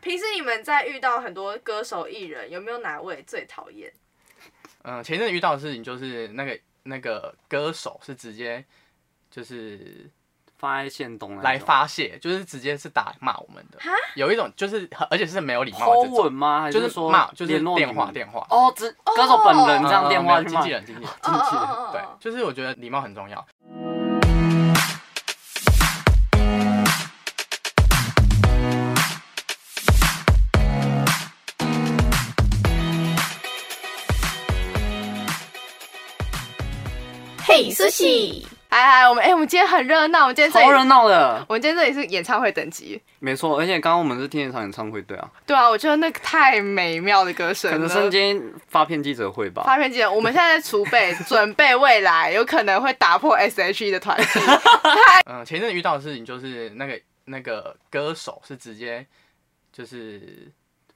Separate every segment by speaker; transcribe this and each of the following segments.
Speaker 1: 平时你们在遇到很多歌手艺人，有没有哪位最讨厌？
Speaker 2: 嗯，前阵子遇到的事情就是那个那个歌手是直接就是
Speaker 3: 发在线东
Speaker 2: 来发泄，就是直接是打骂我们的，有一种就是很而且是没有礼貌
Speaker 3: 抛
Speaker 2: 的这种，
Speaker 3: 文吗？还
Speaker 2: 就是
Speaker 3: 说
Speaker 2: 骂就是
Speaker 3: 联络
Speaker 2: 电话
Speaker 3: 你们
Speaker 2: 电话，
Speaker 3: 哦，只歌手本人这样
Speaker 2: 嗯
Speaker 3: 电
Speaker 2: 没有
Speaker 3: 话去
Speaker 2: 经
Speaker 3: 骂
Speaker 2: 纪人经纪人，
Speaker 3: 经
Speaker 1: 哦
Speaker 3: 纪人。
Speaker 1: 哦
Speaker 2: 对，就是我觉得礼貌很重要。
Speaker 4: 嘿，苏西，
Speaker 1: 嗨嗨，我们哎、我们今天很热闹，我们今天这
Speaker 3: 超热
Speaker 1: 里，
Speaker 3: 闹的，
Speaker 1: 我们今天这里是演唱会等级。
Speaker 3: 没错，而且刚刚我们是听一场演唱会，对啊，
Speaker 1: 对啊，我觉得那个太美妙的歌声
Speaker 3: 可
Speaker 1: 了。
Speaker 3: 能瞬间发片记者会吧，
Speaker 1: 发片记者，我们现在在储备，准备未来有可能会打破 S.H.E 的团体。
Speaker 2: 嗯，前阵子遇到的事情就是那个那个歌手是直接就是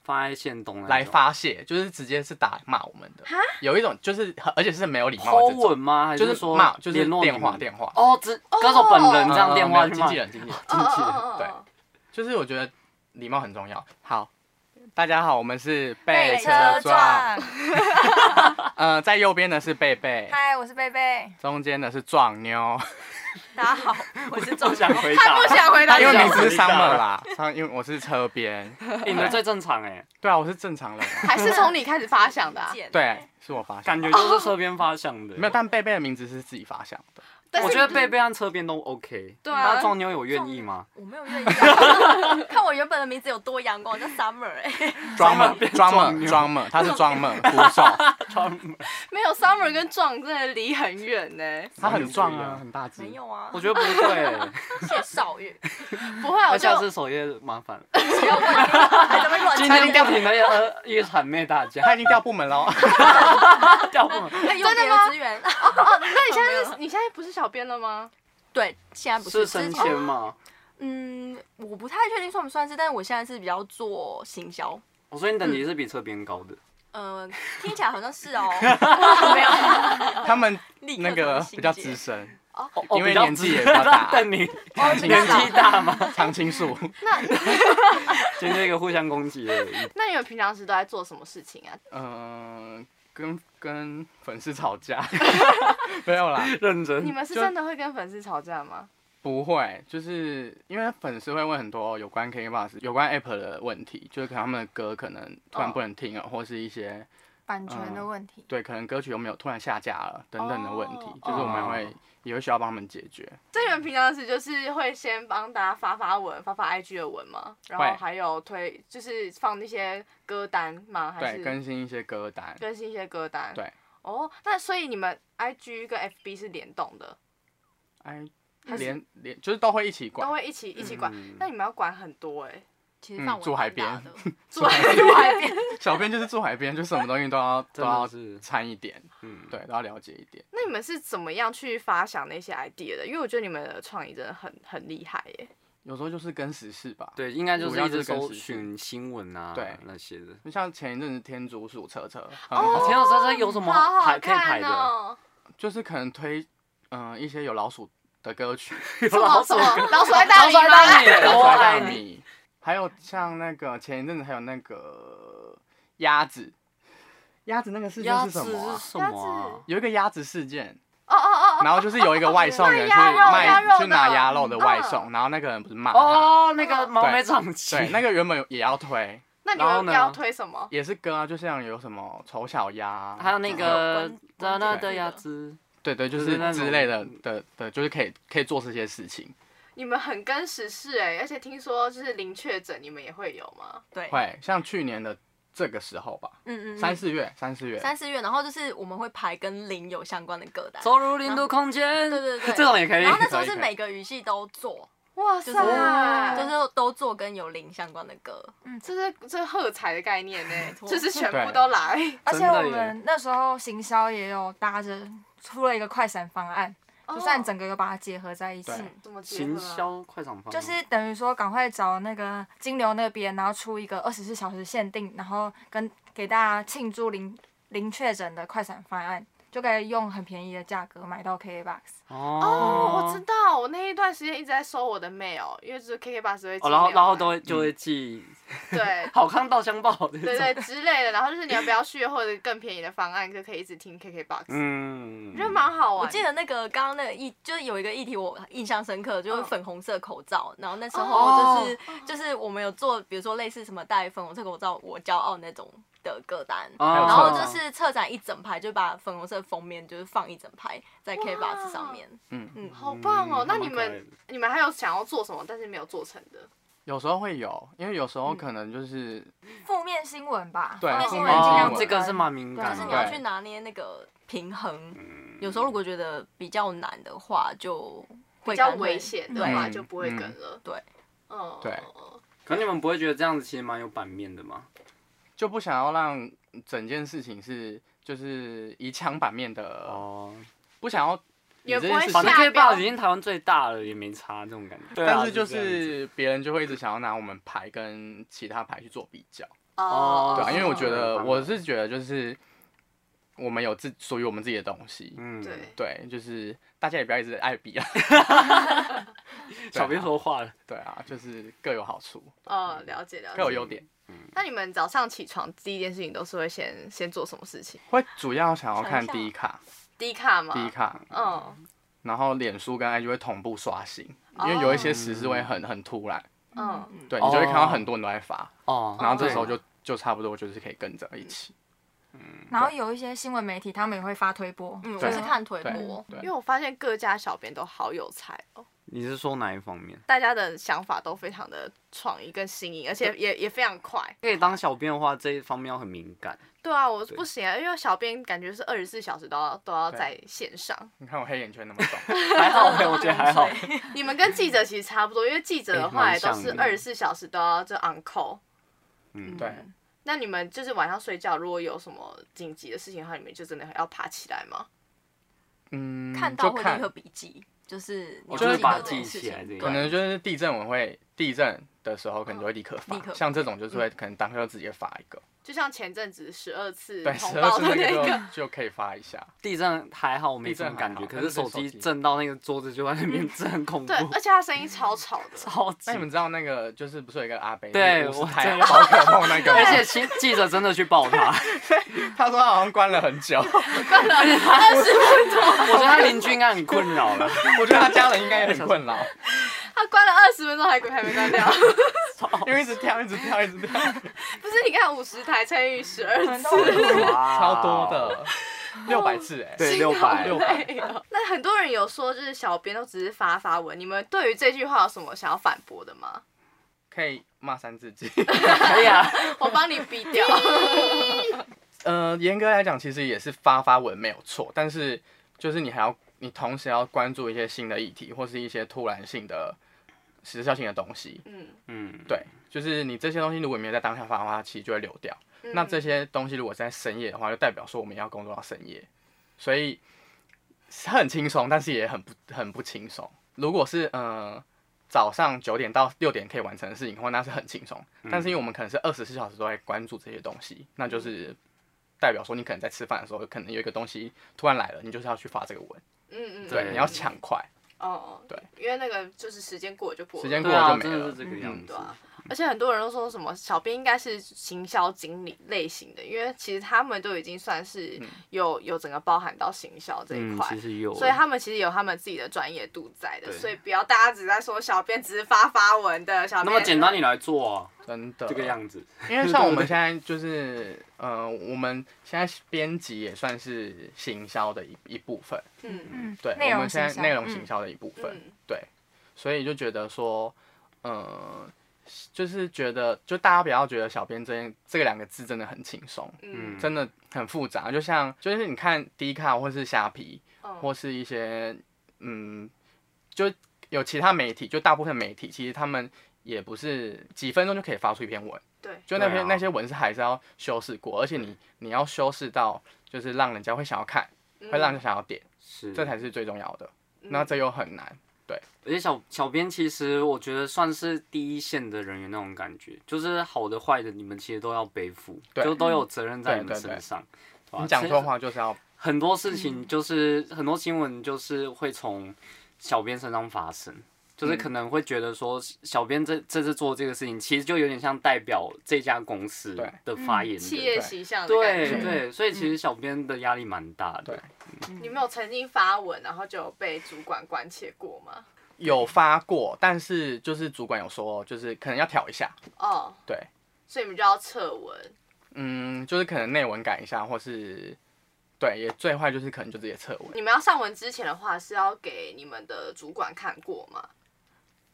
Speaker 3: 发在线东
Speaker 2: 来
Speaker 3: 发
Speaker 2: 发泄，就是直接是打骂我们的，有一种就是很而且是没有礼貌
Speaker 3: 抛
Speaker 2: 的这种，
Speaker 3: 文吗？还
Speaker 2: 就是
Speaker 3: 说
Speaker 2: 骂就是
Speaker 3: 联络你
Speaker 2: 电话
Speaker 3: 们
Speaker 2: 电话，
Speaker 3: 哦，只歌手本人这样电
Speaker 2: 嗯没有
Speaker 3: 话
Speaker 2: 嗯
Speaker 3: 去
Speaker 2: 经
Speaker 3: 骂
Speaker 2: 纪。人经纪人。
Speaker 3: 经纪人
Speaker 1: 哦哦哦哦
Speaker 2: 对就是我觉得礼貌很重要。好，大家好，我们是
Speaker 4: 被车
Speaker 2: 撞。
Speaker 4: 撞。
Speaker 2: 呃，在右边的是贝贝，
Speaker 4: 嗨，我是贝贝，
Speaker 2: 中间的是壮妞，
Speaker 4: 大家好，我是周
Speaker 3: 不想回
Speaker 1: 他不
Speaker 3: 答，
Speaker 1: 想回答
Speaker 2: 他
Speaker 1: 你
Speaker 2: 因
Speaker 3: 又
Speaker 2: 为
Speaker 3: 想
Speaker 2: 名字是
Speaker 3: 回答
Speaker 2: Summer 啦，上因为我是车边，
Speaker 3: 你们最正常哎，
Speaker 2: 对啊，我是正常人啊，
Speaker 1: 还是从你开始发想的、啊。
Speaker 4: 简。
Speaker 2: 对，是我发
Speaker 3: 感
Speaker 2: 现的。
Speaker 3: 觉就是车边发想的。欸
Speaker 2: 没有，，但贝贝的名字是自己发想的。
Speaker 1: 但是
Speaker 3: 我觉得贝贝和车边都 OK。
Speaker 1: 对啊
Speaker 3: 那壮妞有愿 意吗？
Speaker 4: 我没有愿意啊， 看我原本的名字有多阳光，叫 Summer 哎、
Speaker 2: drummer
Speaker 3: 变
Speaker 2: drummer
Speaker 3: 妞
Speaker 2: drummer，他是 drummer 鼓手，
Speaker 1: 没有 Summer 跟壮真的离很远呢、
Speaker 2: 他很壮
Speaker 3: 完全不一
Speaker 2: 啊，
Speaker 3: 样
Speaker 2: 很大只。
Speaker 4: 没有啊，
Speaker 3: 我觉得不对，
Speaker 4: 谢少宇，
Speaker 1: 不会，我
Speaker 3: 那
Speaker 1: 就
Speaker 3: 下次首页麻烦。
Speaker 4: 不要问你， 还在那边 乱
Speaker 3: 今
Speaker 4: 讲
Speaker 3: 天不停的呃一直谄媚大
Speaker 2: 他
Speaker 3: 家，
Speaker 2: 已经调部门 了。哦
Speaker 3: 掉不满
Speaker 4: 哎有别的资源，
Speaker 1: 哦，那你现在
Speaker 4: 哦没
Speaker 1: 是你现在不是小编了吗？
Speaker 4: 对，现在不
Speaker 3: 是
Speaker 4: 之
Speaker 3: 生
Speaker 4: 前
Speaker 3: 鲜吗？
Speaker 4: 嗯，我不太确定算不算是，但是我现在是比较做行销，
Speaker 3: 我说你等级是比车边高的，
Speaker 4: 呃，听起来好像是 哦，
Speaker 1: 没有，
Speaker 2: 他们
Speaker 4: 立刻
Speaker 2: 那个
Speaker 4: 从心
Speaker 2: 比较
Speaker 4: 结
Speaker 2: 资深，
Speaker 3: 哦
Speaker 2: 因为
Speaker 3: 比较
Speaker 2: 年纪
Speaker 3: 直
Speaker 2: 也比较大
Speaker 3: 但 你
Speaker 4: 哦比较
Speaker 3: 年纪大吗？
Speaker 2: 常青树。
Speaker 3: 今天一个互相攻击而已。
Speaker 1: 那你们平常时都在做什么事情啊？
Speaker 2: 嗯，跟跟粉丝吵架， 没有啦，
Speaker 3: 认
Speaker 1: 你
Speaker 3: 真，
Speaker 1: 们是
Speaker 2: 就
Speaker 1: 真的会跟粉丝吵架吗？
Speaker 2: 不会，就是因为粉丝会问很多有关 KKBOX、有关 App 的问题，就是可能他们的歌可能突
Speaker 1: 哦
Speaker 2: 然不能听了，或是一些嗯
Speaker 5: 版权的问题。
Speaker 2: 对可能歌曲有没有突然下架了等等的问题，
Speaker 1: 哦
Speaker 2: 就是我们会、
Speaker 3: 哦
Speaker 2: 也会需要帮他们解决。
Speaker 1: 所以你们平常时就是会先帮大家发发文、发发 IG 的文吗？然后
Speaker 2: 会
Speaker 1: 还有推，就是放一些歌单吗？还
Speaker 2: 对，
Speaker 1: 是
Speaker 2: 更新一些歌单，
Speaker 1: 更新一些歌单？
Speaker 2: 对。
Speaker 1: 哦，那所以你们 IG 跟 FB 是联动的，
Speaker 2: 哎，
Speaker 1: 还是
Speaker 2: 连连就是都会一起管
Speaker 1: 都。会一起一起管。
Speaker 3: 嗯
Speaker 1: 那你们要管很多哎、
Speaker 4: 其实范围
Speaker 2: 嗯住海
Speaker 4: 蛮大
Speaker 2: 边
Speaker 4: 的，
Speaker 1: 住海住海边。
Speaker 2: 小编就是住海边，就什么东西 都要都
Speaker 3: 真
Speaker 2: 要
Speaker 3: 的是，
Speaker 2: 掺一点，
Speaker 3: 嗯，
Speaker 2: 啊对，都要了解一点。
Speaker 1: 那你们是怎么样去发想那些 idea 的？因为我觉得你们的创意真的很很厉害欸耶。
Speaker 2: 有时候就是跟时事吧，
Speaker 3: 对，应该就
Speaker 2: 主
Speaker 3: 是
Speaker 2: 要
Speaker 3: 一直
Speaker 2: 是跟
Speaker 3: 搜
Speaker 2: 时事
Speaker 3: 寻新闻啊，
Speaker 2: 对
Speaker 3: 那些的。
Speaker 2: 就像前一阵子天竺鼠车车，很
Speaker 3: 哦，
Speaker 2: 红
Speaker 3: 天啊，这这有什么
Speaker 1: 好
Speaker 3: 排
Speaker 1: 好
Speaker 3: 可以排
Speaker 1: 看
Speaker 3: 的？
Speaker 1: 哦！
Speaker 2: 就是可能推嗯、呃一些有老鼠的歌 曲，
Speaker 1: 什么什么老鼠爱大
Speaker 3: 大
Speaker 1: 米吗？哦
Speaker 3: 米，
Speaker 2: 老
Speaker 3: 我
Speaker 2: 鼠爱
Speaker 3: 爱
Speaker 2: 大
Speaker 3: 你。
Speaker 2: 米，还有像那个前一阵子还有那个鸭子，鸭子那个事件
Speaker 3: 鸭
Speaker 2: 是
Speaker 3: 子
Speaker 2: 什么啊、
Speaker 3: 是什么
Speaker 2: 有一个鸭子事件，
Speaker 1: 哦哦哦哦！
Speaker 2: 然后就是有一个外送
Speaker 3: 哦
Speaker 2: 人去
Speaker 1: 卖鸭肉鸭
Speaker 2: 卖
Speaker 1: 肉的
Speaker 2: 去拿鸭肉的外送，然后那个人不是骂
Speaker 3: 啊？
Speaker 2: 他，
Speaker 3: 嗯哦，那个毛没长齐，
Speaker 2: 对，那个原本也要推，
Speaker 1: 那你
Speaker 3: 然后
Speaker 1: 们
Speaker 3: 呢
Speaker 1: 要推什么？
Speaker 2: 也是歌啊，就像有什么丑小鸭啊，
Speaker 3: 还有那个哒哒的
Speaker 4: 对
Speaker 3: 鸭子，
Speaker 2: 对对，就
Speaker 3: 就是
Speaker 2: 是
Speaker 3: 那种
Speaker 2: 之类的的的，就是可以可以做这些事情，
Speaker 1: 你们很跟时事哎、而且听说就是零确诊，你们也会有吗？
Speaker 4: 对，
Speaker 2: 会像去年的这个时候吧，
Speaker 4: 嗯嗯嗯，
Speaker 2: 三四月，三四月，
Speaker 4: 三四月，然后就是我们会排跟零有相关的歌单，
Speaker 3: 走入零度空间，
Speaker 4: 对对对
Speaker 3: 这种也可以
Speaker 4: 然后。那时候
Speaker 2: 可以
Speaker 4: 是
Speaker 2: 可以
Speaker 4: 每个语系都做，
Speaker 1: 哇
Speaker 4: 就
Speaker 1: 塞，
Speaker 4: 是就是都做跟有零相关的歌，
Speaker 1: 这是这是喝彩的概念呢、欸
Speaker 4: 错
Speaker 1: 就是全部都来。
Speaker 5: 而且
Speaker 3: 真的
Speaker 5: 我
Speaker 3: 耶
Speaker 5: 们那时候行销也有搭着出了一个快闪方案，
Speaker 3: 哦
Speaker 5: 就算整个又把它结合在一起，
Speaker 2: 对
Speaker 1: 怎么结合
Speaker 3: 行
Speaker 1: 啊
Speaker 3: 销快闪方，
Speaker 5: 就是等于说赶快找那个金流那边，然后出一个二十四小时限定，然后跟给大家庆祝零零确诊的快闪方案。就可以用很便宜的价格买到 KKBOX。
Speaker 1: 哦，我
Speaker 3: 哦
Speaker 1: 知道，我那一段时间一直在收我的 mail，因为就是 KK bus 会寄 mail 嘛、
Speaker 3: 哦，然后然后都会就会寄
Speaker 1: 对
Speaker 3: 好康到相报这
Speaker 1: 对
Speaker 3: 种，
Speaker 1: 对之类的，然后就是你要不要续约或者更便宜的方案，就可以一直听 KK box，
Speaker 3: 嗯
Speaker 1: 我觉得蛮好玩的。
Speaker 4: 我记得那个刚刚那个议，就是有一个议题我印象深刻，就是
Speaker 1: 嗯
Speaker 4: 粉红色口罩。然后那时
Speaker 2: 哦
Speaker 4: 候就是、就是我们有做，比如说类似什么戴粉红色口罩我骄傲那种的歌单。
Speaker 3: 哦
Speaker 4: 然后就是策展一整排，就把粉红色封面就是放一整排在 K
Speaker 1: 哇
Speaker 4: box 上面。
Speaker 2: 嗯，
Speaker 4: 嗯，
Speaker 1: 好棒哦！
Speaker 3: 嗯
Speaker 1: 那
Speaker 3: 还
Speaker 1: 你
Speaker 3: 蛮可爱的
Speaker 1: 们你们还有想要做什么，但是没有做成的？
Speaker 2: 有时候会有，因为有
Speaker 1: 嗯
Speaker 2: 时候可能就是
Speaker 5: 负面新闻吧，
Speaker 2: 对
Speaker 5: 负面
Speaker 2: 负
Speaker 5: 新
Speaker 2: 面
Speaker 5: 闻尽量
Speaker 3: 哦
Speaker 5: 不，
Speaker 3: 这个
Speaker 5: 跟
Speaker 3: 是蛮敏
Speaker 4: 就
Speaker 3: 感
Speaker 4: 是
Speaker 3: 的，
Speaker 4: 你要
Speaker 2: 对
Speaker 4: 去拿捏那个平衡。
Speaker 3: 嗯
Speaker 4: 有时候如果觉得比较难的话，就会
Speaker 1: 比较
Speaker 4: 干脆
Speaker 1: 危险的
Speaker 4: 对
Speaker 1: 话
Speaker 2: 嗯
Speaker 1: 就不会跟
Speaker 2: 嗯
Speaker 1: 了。
Speaker 4: 对，
Speaker 1: 嗯，
Speaker 2: 对
Speaker 1: 嗯
Speaker 3: 可你们不会觉得这样子其实蛮有版面的吗？
Speaker 2: 就不想要让整件事情是就是一腔版面的，
Speaker 3: 哦，
Speaker 2: 不想要以
Speaker 1: 也
Speaker 2: 这
Speaker 1: 不
Speaker 2: 件
Speaker 1: 会
Speaker 2: 事
Speaker 3: 反
Speaker 2: 情
Speaker 3: 正
Speaker 1: 下
Speaker 3: K
Speaker 1: 标
Speaker 3: box 已经台湾最大了，也没差这种感觉。
Speaker 2: 但是就
Speaker 3: 啊这样子
Speaker 2: 是别人就会一直想要拿我们牌跟其他牌去做比较，
Speaker 1: 哦，
Speaker 2: 对啊，因为我觉得
Speaker 3: 哦
Speaker 2: 我是觉得就是我们有自属于我们自己的东西，
Speaker 3: 嗯，
Speaker 1: 对，
Speaker 2: 对，就是大家也不要一直爱比啊。
Speaker 3: 小编说话了，
Speaker 2: 对啊，就是各有好处，
Speaker 1: 哦，了解了
Speaker 2: 各有
Speaker 1: 解。
Speaker 2: 优点。
Speaker 1: 那你们早上起床第一件事情都是会先先做什么事情？
Speaker 2: 会主要想要看
Speaker 4: 想一下
Speaker 2: 第一卡，
Speaker 1: 低卡吗？
Speaker 2: 第一卡，
Speaker 1: 嗯
Speaker 2: 然后脸书跟 IG 会同步刷新，
Speaker 1: 哦
Speaker 2: 因为有一些时事会很很突然，
Speaker 1: 嗯，
Speaker 2: 对你就会看到很多人都在发，
Speaker 3: 哦，
Speaker 2: 然后这时候就就差不多就是可以跟着一起。
Speaker 5: 然后有一些新闻媒体他们也会发推播，
Speaker 4: 嗯，
Speaker 2: 对啊
Speaker 4: 我是看推
Speaker 2: 对
Speaker 4: 播。
Speaker 1: 因
Speaker 2: 对
Speaker 1: 为我发现各家小编都好有才哦，
Speaker 3: 你是说哪一方面？
Speaker 1: 大家的想法都非常的创意跟新颖，而且也也非常快。
Speaker 3: 可以当小编的话，这一方面要很敏感。
Speaker 1: 对啊，我
Speaker 3: 对
Speaker 1: 不行啊，因为小编感觉是二十四小时都要都要
Speaker 2: 对
Speaker 1: 在线上。
Speaker 2: 你看我黑眼圈那么重，
Speaker 3: 还好，我觉得还好。
Speaker 1: 你们跟记者其实差不多，因为记者的话
Speaker 3: 哎
Speaker 1: 也都
Speaker 3: 蛮像
Speaker 1: 是
Speaker 3: 的
Speaker 1: 二十四小时都要就 on call。
Speaker 3: 嗯，
Speaker 2: 对，
Speaker 1: 那你们就是晚上睡觉，如果有什么紧急的事情的话，你们就真的要爬起来吗？
Speaker 2: 嗯，
Speaker 4: 看到
Speaker 2: 就
Speaker 4: 会立
Speaker 2: 看
Speaker 4: 刻，笔记，就是你
Speaker 3: 我
Speaker 4: 自
Speaker 2: 就是
Speaker 4: 己
Speaker 2: 把
Speaker 4: 的
Speaker 2: 它
Speaker 4: 这件
Speaker 3: 记
Speaker 4: 事
Speaker 3: 起来
Speaker 4: 情
Speaker 3: 这个
Speaker 2: 可
Speaker 4: 对
Speaker 2: 能就是地震我会地震的时候，可能就会立刻
Speaker 4: 立刻
Speaker 2: 发，像这种就是会可能当下就直接发一个，
Speaker 1: 就像前阵子十二次
Speaker 2: 对，
Speaker 1: 红
Speaker 2: 十二
Speaker 1: 包
Speaker 2: 次
Speaker 1: 的
Speaker 2: 那
Speaker 1: 那
Speaker 2: 个
Speaker 1: 个，
Speaker 2: 就就可以发一下，
Speaker 3: 地震还好，没
Speaker 2: 地
Speaker 3: 什
Speaker 2: 震
Speaker 3: 么感觉。
Speaker 2: 还好
Speaker 3: 可是手机震到那个桌子就在那
Speaker 2: 嗯
Speaker 3: 边震，很恐怖
Speaker 1: 对，，而且他声音超吵的。
Speaker 3: 超级
Speaker 2: 那哎你。们知道那个就是不是有一个阿北
Speaker 3: 对
Speaker 2: 五十
Speaker 3: 我
Speaker 2: 台
Speaker 3: 真的
Speaker 2: 宝可梦 那个吗？
Speaker 3: 而且记记者真的去抱他，
Speaker 2: 他说他好像关了很久，
Speaker 3: 我觉得他邻居应该很困扰了。
Speaker 2: 我觉得他家人应该也很困 扰，
Speaker 1: 他关了二十分钟还还没关掉，
Speaker 2: 因为一直跳，一直跳，一直跳，
Speaker 1: 不是？你看五十台乘以十二
Speaker 5: 可能
Speaker 1: 次，
Speaker 5: 都会
Speaker 2: 超多，
Speaker 3: 超
Speaker 2: 的，六百次哎，
Speaker 3: 对，
Speaker 1: 心
Speaker 3: 六
Speaker 1: 好
Speaker 3: 百
Speaker 2: 六
Speaker 1: 累哦 那很多人有说，就是小编都只是发发文，你们对于这句话有什么想要反驳的吗？
Speaker 2: 可以骂三字经。
Speaker 3: 可以啊。
Speaker 1: 我帮你逼掉。
Speaker 2: 呃，严格来讲，其实也是发发文没有错，但是就是你还要，你同时要关注一些新的议题，或是一些突然性的时效性的东西。
Speaker 1: 嗯，
Speaker 3: 嗯，
Speaker 2: 对，就是你这些东西如果没有在当下发的话，其实就会流掉。
Speaker 1: 嗯
Speaker 2: 那这些东西如果是在深夜的话，就代表说我们要工作到深夜，所以是很轻松，但是也很不很不轻松。如果是呃早上九点到六点可以完成的事情的话，那是很轻松。
Speaker 3: 嗯
Speaker 2: 但是因为我们可能是二十四小时都在关注这些东西，那就是代表说你可能在吃饭的时候，可能有一个东西突然来了，你就是要去发这个文，
Speaker 1: 嗯嗯，
Speaker 2: 对，你要抢快。
Speaker 1: 哦，
Speaker 2: 对，
Speaker 1: 因为那个就是时间过了就过了，
Speaker 2: 时间
Speaker 3: 对
Speaker 2: 过了
Speaker 3: 啊，
Speaker 2: 就
Speaker 3: 真
Speaker 2: 没
Speaker 3: 的
Speaker 2: 了
Speaker 3: 是这个样子嗯
Speaker 1: 对。啊。而且很多人都说什么小编应该是行销经理类型的，因为其实他们都已经算是有、有整个包含到行销这一
Speaker 3: 嗯，
Speaker 1: 块，
Speaker 3: 其实有，
Speaker 1: 所以他们其实有他们自己的专业度在的，
Speaker 3: 对
Speaker 1: 所以不要大家只在说小编只是发发文的小编，
Speaker 3: 那么简单，你来做啊，
Speaker 2: 真的
Speaker 3: 这个样子。
Speaker 2: 因 为像我们现在就是呃，我们现在编辑也算是行销的一一部分，
Speaker 1: 嗯
Speaker 5: 嗯，
Speaker 2: 对，
Speaker 5: 内
Speaker 2: 我
Speaker 5: 容
Speaker 2: 们现
Speaker 5: 形
Speaker 2: 在
Speaker 5: 象
Speaker 2: 内容行
Speaker 5: 嗯
Speaker 2: 销的一部分，
Speaker 1: 嗯
Speaker 2: 对，所以就觉得说，呃，就是觉得就大家不要觉得小编这件这两个字真的很轻松，
Speaker 1: 嗯
Speaker 3: 嗯
Speaker 2: 真的很复杂，就像就是你看 D 卡或是虾皮
Speaker 1: 嗯，
Speaker 2: 或是一些嗯，就有其他媒体，就大部分媒体其实他们也不是几分钟就可以发出一篇文。
Speaker 1: 对，
Speaker 2: 就那
Speaker 3: 对
Speaker 2: 篇、
Speaker 3: 啊
Speaker 2: 那些文是还是要修饰过，而且你你要修饰到就是让人家会想要看，
Speaker 3: 嗯
Speaker 2: 会让人家想要点，
Speaker 4: 嗯
Speaker 3: 是，
Speaker 2: 这才是最重要的。那这又很难，
Speaker 3: 而且小小编其实我觉得算是第一线的人员那种感觉，就是好的坏的你们其实都要背负，
Speaker 2: 对
Speaker 3: 就都有责任在你
Speaker 2: 对
Speaker 3: 们
Speaker 2: 对对
Speaker 3: 身上。对吧
Speaker 2: 你讲
Speaker 3: 其实
Speaker 2: 错话就是要
Speaker 3: 很多事情
Speaker 2: 嗯
Speaker 3: 就是、很多新闻就是会从小编身上发生，就是
Speaker 2: 嗯
Speaker 3: 可能会觉得说小编这这次做这个事情，其实就有点像代表这家公司
Speaker 2: 对嗯
Speaker 3: 的发言
Speaker 1: 嗯企
Speaker 3: 人。
Speaker 1: 业形象的感
Speaker 3: 对
Speaker 1: 觉。
Speaker 3: 对，所以其实小编的压力蛮大的。
Speaker 2: 对
Speaker 1: 你们有曾经发文，然后就有被主管关切过吗？
Speaker 2: 有发过，但是就是主管有说，就是可能要调一下，
Speaker 1: 哦，
Speaker 2: 对，
Speaker 1: 所以你们就要撤文。
Speaker 2: 嗯，就是可能内文改一下，或是对，也最坏就是可能就直接撤文。
Speaker 1: 你们要上文之前的话，是要给你们的主管看过吗？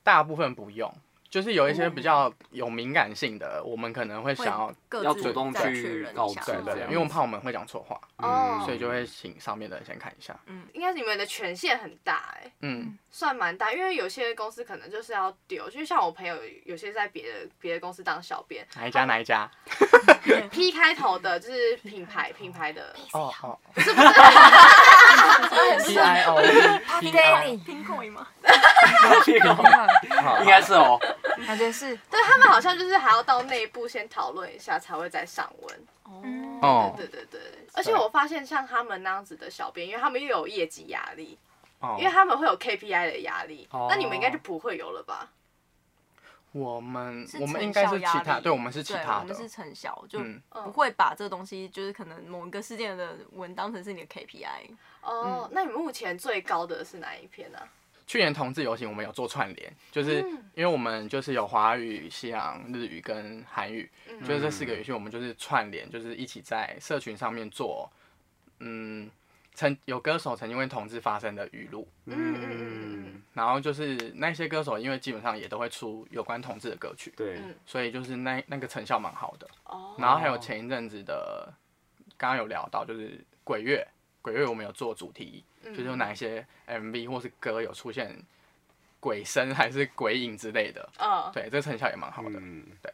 Speaker 2: 大部分不用，就是有一些比较有敏感性的，我们可能会想要
Speaker 4: 各
Speaker 3: 要
Speaker 4: 自
Speaker 3: 主动
Speaker 4: 再
Speaker 3: 去
Speaker 4: 确认
Speaker 3: 告
Speaker 4: 一下
Speaker 3: 知
Speaker 2: 对
Speaker 3: 这
Speaker 2: 对，
Speaker 3: 样嗯
Speaker 2: 因为我们怕我们会讲错话，
Speaker 1: 哦
Speaker 2: 嗯所以就会请上面的人先看一下。
Speaker 1: 应该你们的权限很大哎、
Speaker 2: 嗯，
Speaker 1: 算蛮大，因为有些公司可能就是要丢，就像我朋友有些在别的别的公司当小编
Speaker 2: 哪一家哪一家？
Speaker 1: ，P 开头的就是品牌品牌的，
Speaker 2: 嗯 哦哦
Speaker 5: 嗯很
Speaker 2: ，P I O，
Speaker 5: 给你，
Speaker 4: 听过吗？
Speaker 2: 好
Speaker 3: 应该是哦，
Speaker 5: 感觉是
Speaker 1: 对他们好像就是还要到内部先讨论一下才会再上文。
Speaker 5: 嗯
Speaker 4: 哦，
Speaker 2: 哦
Speaker 1: 对对对对，而且我发现像他们那样子的小编，因为他们又有业绩压力，
Speaker 2: 哦
Speaker 1: 因为，他们会有 KPI 的压力，
Speaker 3: 哦
Speaker 1: 那你们应该就不会有了吧？
Speaker 2: 我们
Speaker 4: 是
Speaker 2: 我们
Speaker 4: 成
Speaker 2: 应该是
Speaker 4: 效压
Speaker 2: 其他，
Speaker 4: 力
Speaker 2: 对我们是其
Speaker 4: 对，
Speaker 2: 他
Speaker 4: 我们
Speaker 2: 的，
Speaker 4: 是成效，就
Speaker 2: 嗯
Speaker 1: 嗯
Speaker 4: 不会把这个东西，就是可能某一个事件的文当成是你的 KPI。
Speaker 2: 嗯
Speaker 1: 哦，那你目前最高的是哪一篇呢、啊？
Speaker 2: 去年同志游行我们有做串联，就是因为我们就是有华语、西洋、日语跟韩语，就是这四个语系，我们就是串联，就是一起在社群上面做，嗯，曾有歌手曾经为同志发声的语录，
Speaker 1: 嗯嗯嗯嗯
Speaker 2: 然后就是那些歌手因为基本上也都会出有关同志的歌曲，
Speaker 3: 对，
Speaker 1: 嗯
Speaker 2: 所以就是那那个成效蛮好的。
Speaker 1: 哦，
Speaker 2: 然后还有前一阵子的，刚刚有聊到就是鬼月，鬼月我们有做主题，
Speaker 1: 嗯
Speaker 2: 就是有哪一些 MV 或是歌有出现鬼声还是鬼影之类的，
Speaker 1: 嗯，
Speaker 2: 对，这个成效也蛮好的。
Speaker 3: 嗯，
Speaker 2: 对，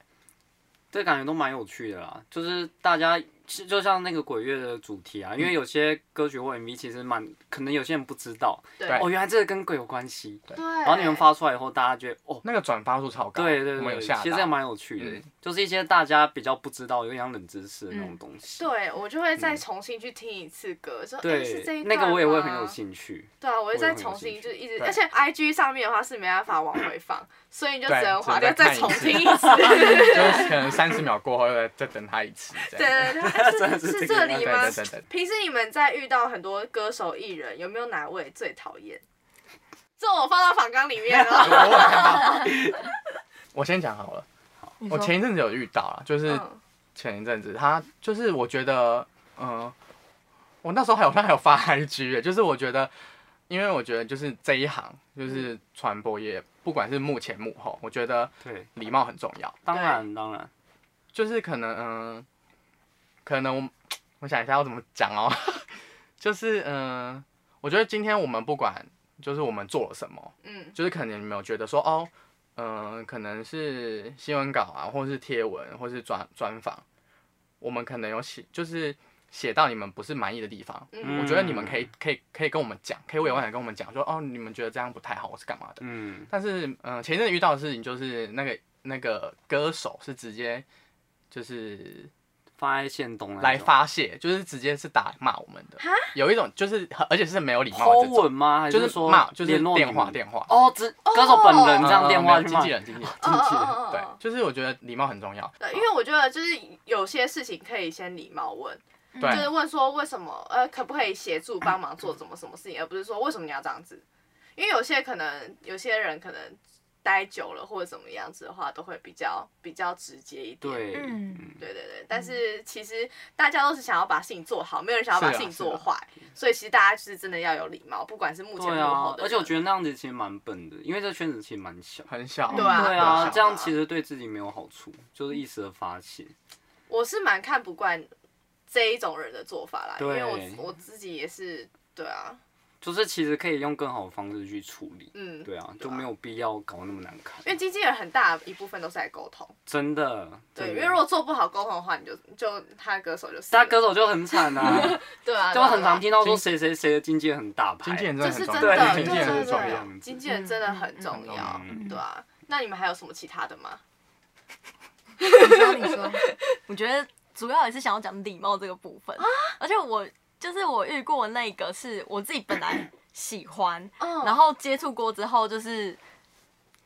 Speaker 3: 这感觉都蛮有趣的啦。就是大家是就像那个鬼月的主题啊，因
Speaker 2: 嗯
Speaker 3: 为有些歌曲或 MV 其实蛮可能有些人不知道，
Speaker 1: 对
Speaker 2: 对
Speaker 3: 哦，原来这个跟鬼有关系。
Speaker 1: 对，
Speaker 3: 然后你们发出来以后，大家觉得哦，
Speaker 2: 那个转发数超高，
Speaker 3: 对对
Speaker 2: 啊我们
Speaker 3: 对，
Speaker 2: 有下
Speaker 3: 其实这
Speaker 2: 到
Speaker 3: 样蛮有趣的
Speaker 2: 嗯，
Speaker 3: 就是一些大家比较不知道，有点像冷知识的那
Speaker 1: 嗯
Speaker 3: 种东西。
Speaker 1: 对，我就会再重新去听一次歌，说哎是这
Speaker 3: 对
Speaker 1: 一，
Speaker 3: 那
Speaker 1: 段
Speaker 3: 个我也会很
Speaker 1: 吗
Speaker 3: 有兴趣。
Speaker 1: 对啊，我会
Speaker 3: 也
Speaker 1: 再
Speaker 3: 会很有
Speaker 1: 重
Speaker 3: 兴
Speaker 1: 新
Speaker 3: 趣
Speaker 1: 就一直，
Speaker 2: 对
Speaker 1: 而且 I G 上面的话是没办法往回放，所以你就
Speaker 2: 对
Speaker 1: 只能划
Speaker 2: 只
Speaker 1: 掉
Speaker 2: 能再
Speaker 1: 再
Speaker 2: 看一
Speaker 1: 重
Speaker 2: 次
Speaker 1: 听一次。对
Speaker 2: 就是可能三十秒过后又再再等他一次这样。
Speaker 1: 对对，哎
Speaker 3: 真的
Speaker 1: 是
Speaker 3: 是
Speaker 1: 是
Speaker 3: 这
Speaker 1: 这
Speaker 3: 个
Speaker 1: 里
Speaker 2: 对
Speaker 1: 吗
Speaker 2: 对？对对，
Speaker 1: 平时你们在遇到很多歌手艺人，有没有哪位最讨厌？这我放到访纲里面
Speaker 2: 我
Speaker 1: 了。
Speaker 2: 有看到。我先讲好了，
Speaker 5: 你
Speaker 2: 我
Speaker 5: 说
Speaker 2: 前一阵子有遇到啊，就是
Speaker 1: 嗯，
Speaker 2: 前一阵子，他就是我觉得，嗯、我那时候还有他还有发 IG 耶，就是我觉得，因为我觉得就是这一行就是传播业，不管是幕前幕后，我觉得
Speaker 3: 对，
Speaker 2: 礼貌很重要。
Speaker 3: 当然当然，
Speaker 2: 就是可能，嗯、可能我我想一下要怎么讲哦， 就是嗯、我觉得今天我们不管就是我们做了什么，
Speaker 1: 嗯，
Speaker 2: 就是可能你们有觉得说哦，嗯、可能是新闻稿啊，或是贴文，或是专专访，我们可能有写，就是写到你们不是满意的地方，
Speaker 1: 嗯
Speaker 2: 我觉得你们可以可以可以跟我们讲，可以委婉的跟我们讲说哦，你们觉得这样不太好，我是干嘛的？
Speaker 3: 嗯，
Speaker 2: 但是嗯、呃前一阵遇到的事情就是那个那个歌手是直接就是
Speaker 3: 放在线东
Speaker 2: 来发泄，就是直接是打骂我们的，有一种就是很而且是没有礼貌
Speaker 3: 抛
Speaker 2: 的这种
Speaker 3: 文。吗？还
Speaker 2: 就是
Speaker 3: 说
Speaker 2: 骂，就是
Speaker 3: 联络你
Speaker 2: 电话
Speaker 3: 们
Speaker 2: 电话，
Speaker 3: 哦，只歌手本人这样电
Speaker 2: 嗯
Speaker 3: 话
Speaker 2: 嗯没有
Speaker 3: 去
Speaker 2: 经
Speaker 3: 骂
Speaker 2: 纪，人，经纪人，
Speaker 1: 哦哦哦哦哦
Speaker 2: 对
Speaker 1: 哦，
Speaker 2: 就是我觉得礼貌很重要。
Speaker 1: 对，因为我觉得就是有些事情可以先礼貌问，
Speaker 3: 哎
Speaker 5: 嗯
Speaker 2: 对
Speaker 1: 就是问说为什么呃可不可以协助帮忙做什么什么事情，而不是说为什么你要这样子，因为有些可能有些人可能待久了或者怎么样子的话，都会比较比较直接一点。
Speaker 3: 对，
Speaker 5: 嗯
Speaker 1: 对对对，但是其实大家都是想要把事情做好，没有人想要把
Speaker 2: 是啊
Speaker 1: 事情做坏，所以其实大家是真的要有礼貌，不管是目前
Speaker 3: 对
Speaker 1: 幕后
Speaker 3: 啊，
Speaker 1: 的人。
Speaker 3: 而且我觉得那样子其实蛮笨的，因为这圈子其实蛮小。
Speaker 2: 很小，
Speaker 1: 对啊
Speaker 3: 对
Speaker 2: 很
Speaker 3: 啊，
Speaker 2: 小
Speaker 3: 这样其实对自己没有好处，就是一时的发泄。
Speaker 1: 我是蛮看不惯这一种人的做法啦，因
Speaker 3: 对
Speaker 1: 为我我自己也是，对啊，
Speaker 3: 就是其实可以用更好的方式去处理。
Speaker 1: 嗯，
Speaker 3: 对啊，就没有必要搞那么难看。
Speaker 1: 因为经纪人很大一部分都是在沟通，
Speaker 3: 真的，
Speaker 1: 对，
Speaker 3: 真
Speaker 1: 因
Speaker 3: 的
Speaker 1: 为如果做不好沟通的话，你就就他的歌手就死了
Speaker 3: 他歌手就很惨啊，
Speaker 1: 对啊，
Speaker 3: 就很常
Speaker 1: 听，
Speaker 3: 听到说谁谁谁的经纪人很大牌。
Speaker 2: 经纪人真
Speaker 1: 这是
Speaker 2: 的
Speaker 1: 真
Speaker 2: 很重
Speaker 1: 的，
Speaker 2: 要，
Speaker 1: 对
Speaker 2: 经
Speaker 3: 对
Speaker 1: 对
Speaker 2: 纪人很
Speaker 1: 对
Speaker 2: 重
Speaker 1: 对
Speaker 2: 要。
Speaker 3: 要
Speaker 1: 经纪人真的很重要，
Speaker 3: 嗯
Speaker 1: 对啊。那你们还有什么其他的吗？
Speaker 5: 你说你说，
Speaker 4: 我觉得主要也是想要讲礼貌这个部分，而且我就是我遇过那个是我自己本来喜欢，
Speaker 3: 哦
Speaker 1: 嗯
Speaker 4: 然后接触过之后就是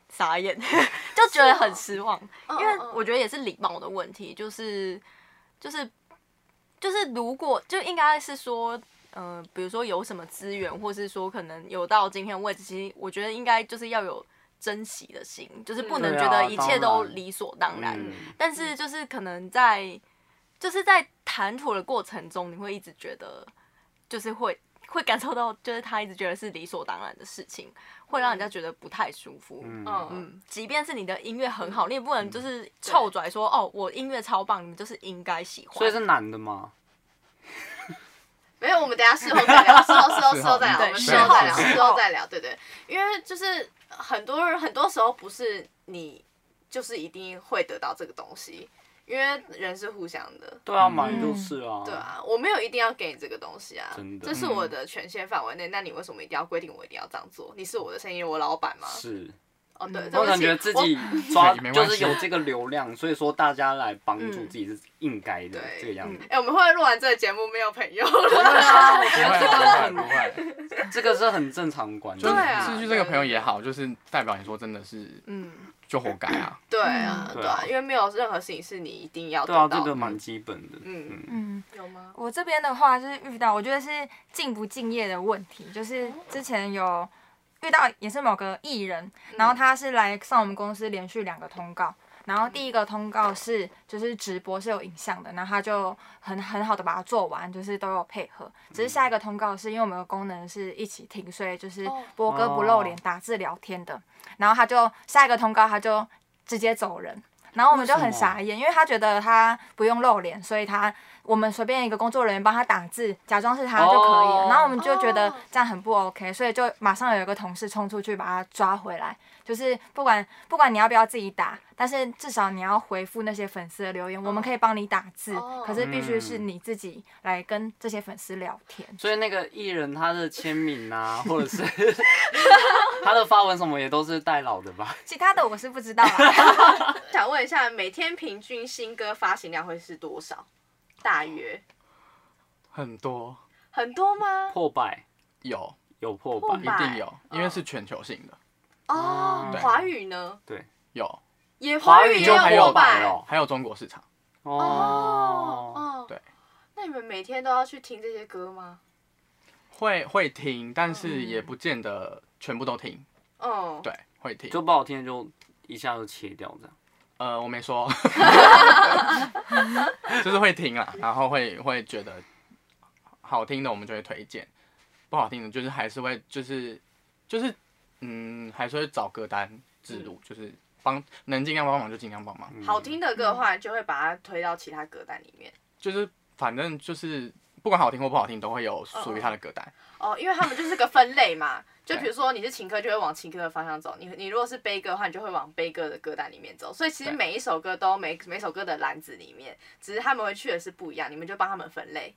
Speaker 4: 傻眼，就觉得很失望，
Speaker 3: 哦
Speaker 1: 嗯
Speaker 4: 因为
Speaker 1: 嗯嗯
Speaker 4: 我觉得也是礼貌的问题，就是就是就是如果就应该是说。嗯、比如说有什么资源，或是说可能有到今天的位置，其实我觉得应该就是要有珍惜的心，就是不能
Speaker 3: 对
Speaker 4: 觉
Speaker 3: 啊
Speaker 4: 得一切
Speaker 3: 当
Speaker 4: 都
Speaker 3: 然
Speaker 4: 理所当然。
Speaker 3: 嗯
Speaker 4: 但是就是可能在就是在谈吐的过程中，你会一直觉得就是会会感受到，就是他一直觉得是理所当然的事情，会让人家觉得不太舒服。嗯
Speaker 3: 嗯，
Speaker 4: 即便是你的音乐很好，你也不能就是臭拽说哦，我音乐超棒，你们就是应该喜欢。
Speaker 3: 所以是男的吗？
Speaker 1: 没有，我们等一下事后再聊，事后事 后事后再聊，
Speaker 4: 对
Speaker 1: 我们
Speaker 4: 事
Speaker 1: 事后
Speaker 4: 后
Speaker 1: 再聊，
Speaker 4: 事后
Speaker 1: 事后再聊，对对，因为就是很多人很多时候不是你就是一定会得到这个东西，因为人是互相的。
Speaker 3: 对啊，买就是
Speaker 1: 嗯
Speaker 3: 啊。
Speaker 1: 对。啊，我没有一定要给你这个东西啊
Speaker 3: 真，的
Speaker 1: 这是我的权限范围内。那你为什么一定要规定我一定要这样做？你是我的生意，我老板吗？
Speaker 3: 是，嗯
Speaker 1: 哦，对，对
Speaker 3: 我
Speaker 1: 不
Speaker 3: 感
Speaker 1: 起
Speaker 3: 觉自
Speaker 1: 我
Speaker 3: 己抓
Speaker 2: 对没
Speaker 3: 就
Speaker 2: 关系
Speaker 3: 是有这个流量，所以说大家来帮助
Speaker 4: 嗯
Speaker 3: 自己是应该的
Speaker 1: 对
Speaker 3: 这个样子。
Speaker 1: 哎、我们会不会录完这个节目没有朋友了？
Speaker 3: 对啊，我觉
Speaker 2: 不
Speaker 3: 得这个
Speaker 2: 会不会不
Speaker 3: 很
Speaker 2: 会，
Speaker 3: 这个是很正常的观
Speaker 2: 就
Speaker 3: 念。
Speaker 1: 嗯对啊
Speaker 2: 失去这个朋友也好，就是代表你说真的是
Speaker 4: 嗯，
Speaker 2: 就活该啊。
Speaker 1: 对啊，
Speaker 3: 对
Speaker 1: 对啊
Speaker 3: 啊，
Speaker 1: 因为没有任何事情是你一定要得
Speaker 3: 对啊，
Speaker 1: 到的。
Speaker 3: 这个蛮基本的。
Speaker 1: 嗯
Speaker 3: 嗯，
Speaker 5: 嗯，
Speaker 1: 有吗？
Speaker 5: 我这边的话就是遇到，我觉得是敬不敬业的问题，就是之前有遇到也是某个艺人，
Speaker 3: 嗯
Speaker 5: 然后
Speaker 1: 嗯
Speaker 5: 他是来上我们公司连续两个通告。然后第一个通告是就是直播是有影像的，然后他就很很好的把它做完，就是都有配合。只是下一个通告是因为我们有功能是一起听，所以就是
Speaker 1: 哦
Speaker 5: 播歌不露脸、打字聊天的。然后他就下一个通告他就直接走人，然后我们就很傻眼，因为他觉得他不用露脸，所以他我们随便一个工作人员帮他打字，假装是他就可以了。
Speaker 3: 哦
Speaker 5: 然后我们就觉得
Speaker 1: 哦
Speaker 5: 这样很不 OK，所以就马上有一个同事冲出去把他抓回来。就是不管不管你要不要自己打，但是至少你要回复那些粉丝的留言，我们可以帮你打字，
Speaker 1: 哦
Speaker 5: 可是必须是
Speaker 2: 嗯
Speaker 5: 你自己来跟这些粉丝聊天。
Speaker 3: 所以那个艺人他的签名啊，或者是他的发文什么也都是代劳的 吧？
Speaker 5: 其他的我是不知道啦，
Speaker 1: 想问一下，每天平均新歌发行量会是多少？大约
Speaker 2: 很多
Speaker 1: 很多吗？
Speaker 3: 破百
Speaker 2: 有，
Speaker 3: 有破
Speaker 1: 破
Speaker 3: 百
Speaker 2: 一
Speaker 1: 百，
Speaker 2: 定有，
Speaker 1: 欸
Speaker 2: 因为是全球性的，
Speaker 1: 哦，
Speaker 3: 对
Speaker 1: 华语呢？
Speaker 2: 有，
Speaker 1: 也
Speaker 3: 嗯华
Speaker 1: 语
Speaker 3: 语
Speaker 1: 也
Speaker 3: 就
Speaker 1: 有
Speaker 3: 还
Speaker 1: 破
Speaker 3: 有
Speaker 1: 百
Speaker 3: 哦。
Speaker 2: 还有中国市场。
Speaker 3: 哦，
Speaker 1: 哦，
Speaker 2: 对。
Speaker 1: 那你们每天都要去听这些歌吗？
Speaker 2: 会会听，但是也不见得全部都听。
Speaker 1: 嗯，
Speaker 2: 对，会听。
Speaker 3: 就不好听的就一下就切掉这样。
Speaker 2: 呃，我没说， 就是会听啦，然后会会觉得好听的我们就会推荐，不好听的就是还是会就是就是嗯，还是会找歌单记录，就是帮能尽量帮忙就尽量帮
Speaker 3: 嗯
Speaker 2: 忙，
Speaker 1: 好听的歌的话，就会把它推到其他歌单里面。
Speaker 2: 就是反正就是不管好听或不好听，都会有属于他的歌单。
Speaker 1: 哦，因为他们就是个分类 嘛。就
Speaker 2: 对
Speaker 1: 比如说你是情歌，就会往情歌的方向走；你你如果是悲歌的话，你就会往悲歌的歌单里面走。所以其实
Speaker 2: 对
Speaker 1: 每一首歌都每每首歌的篮子里面，只是他们会去的是不一样，你们就帮他们分类。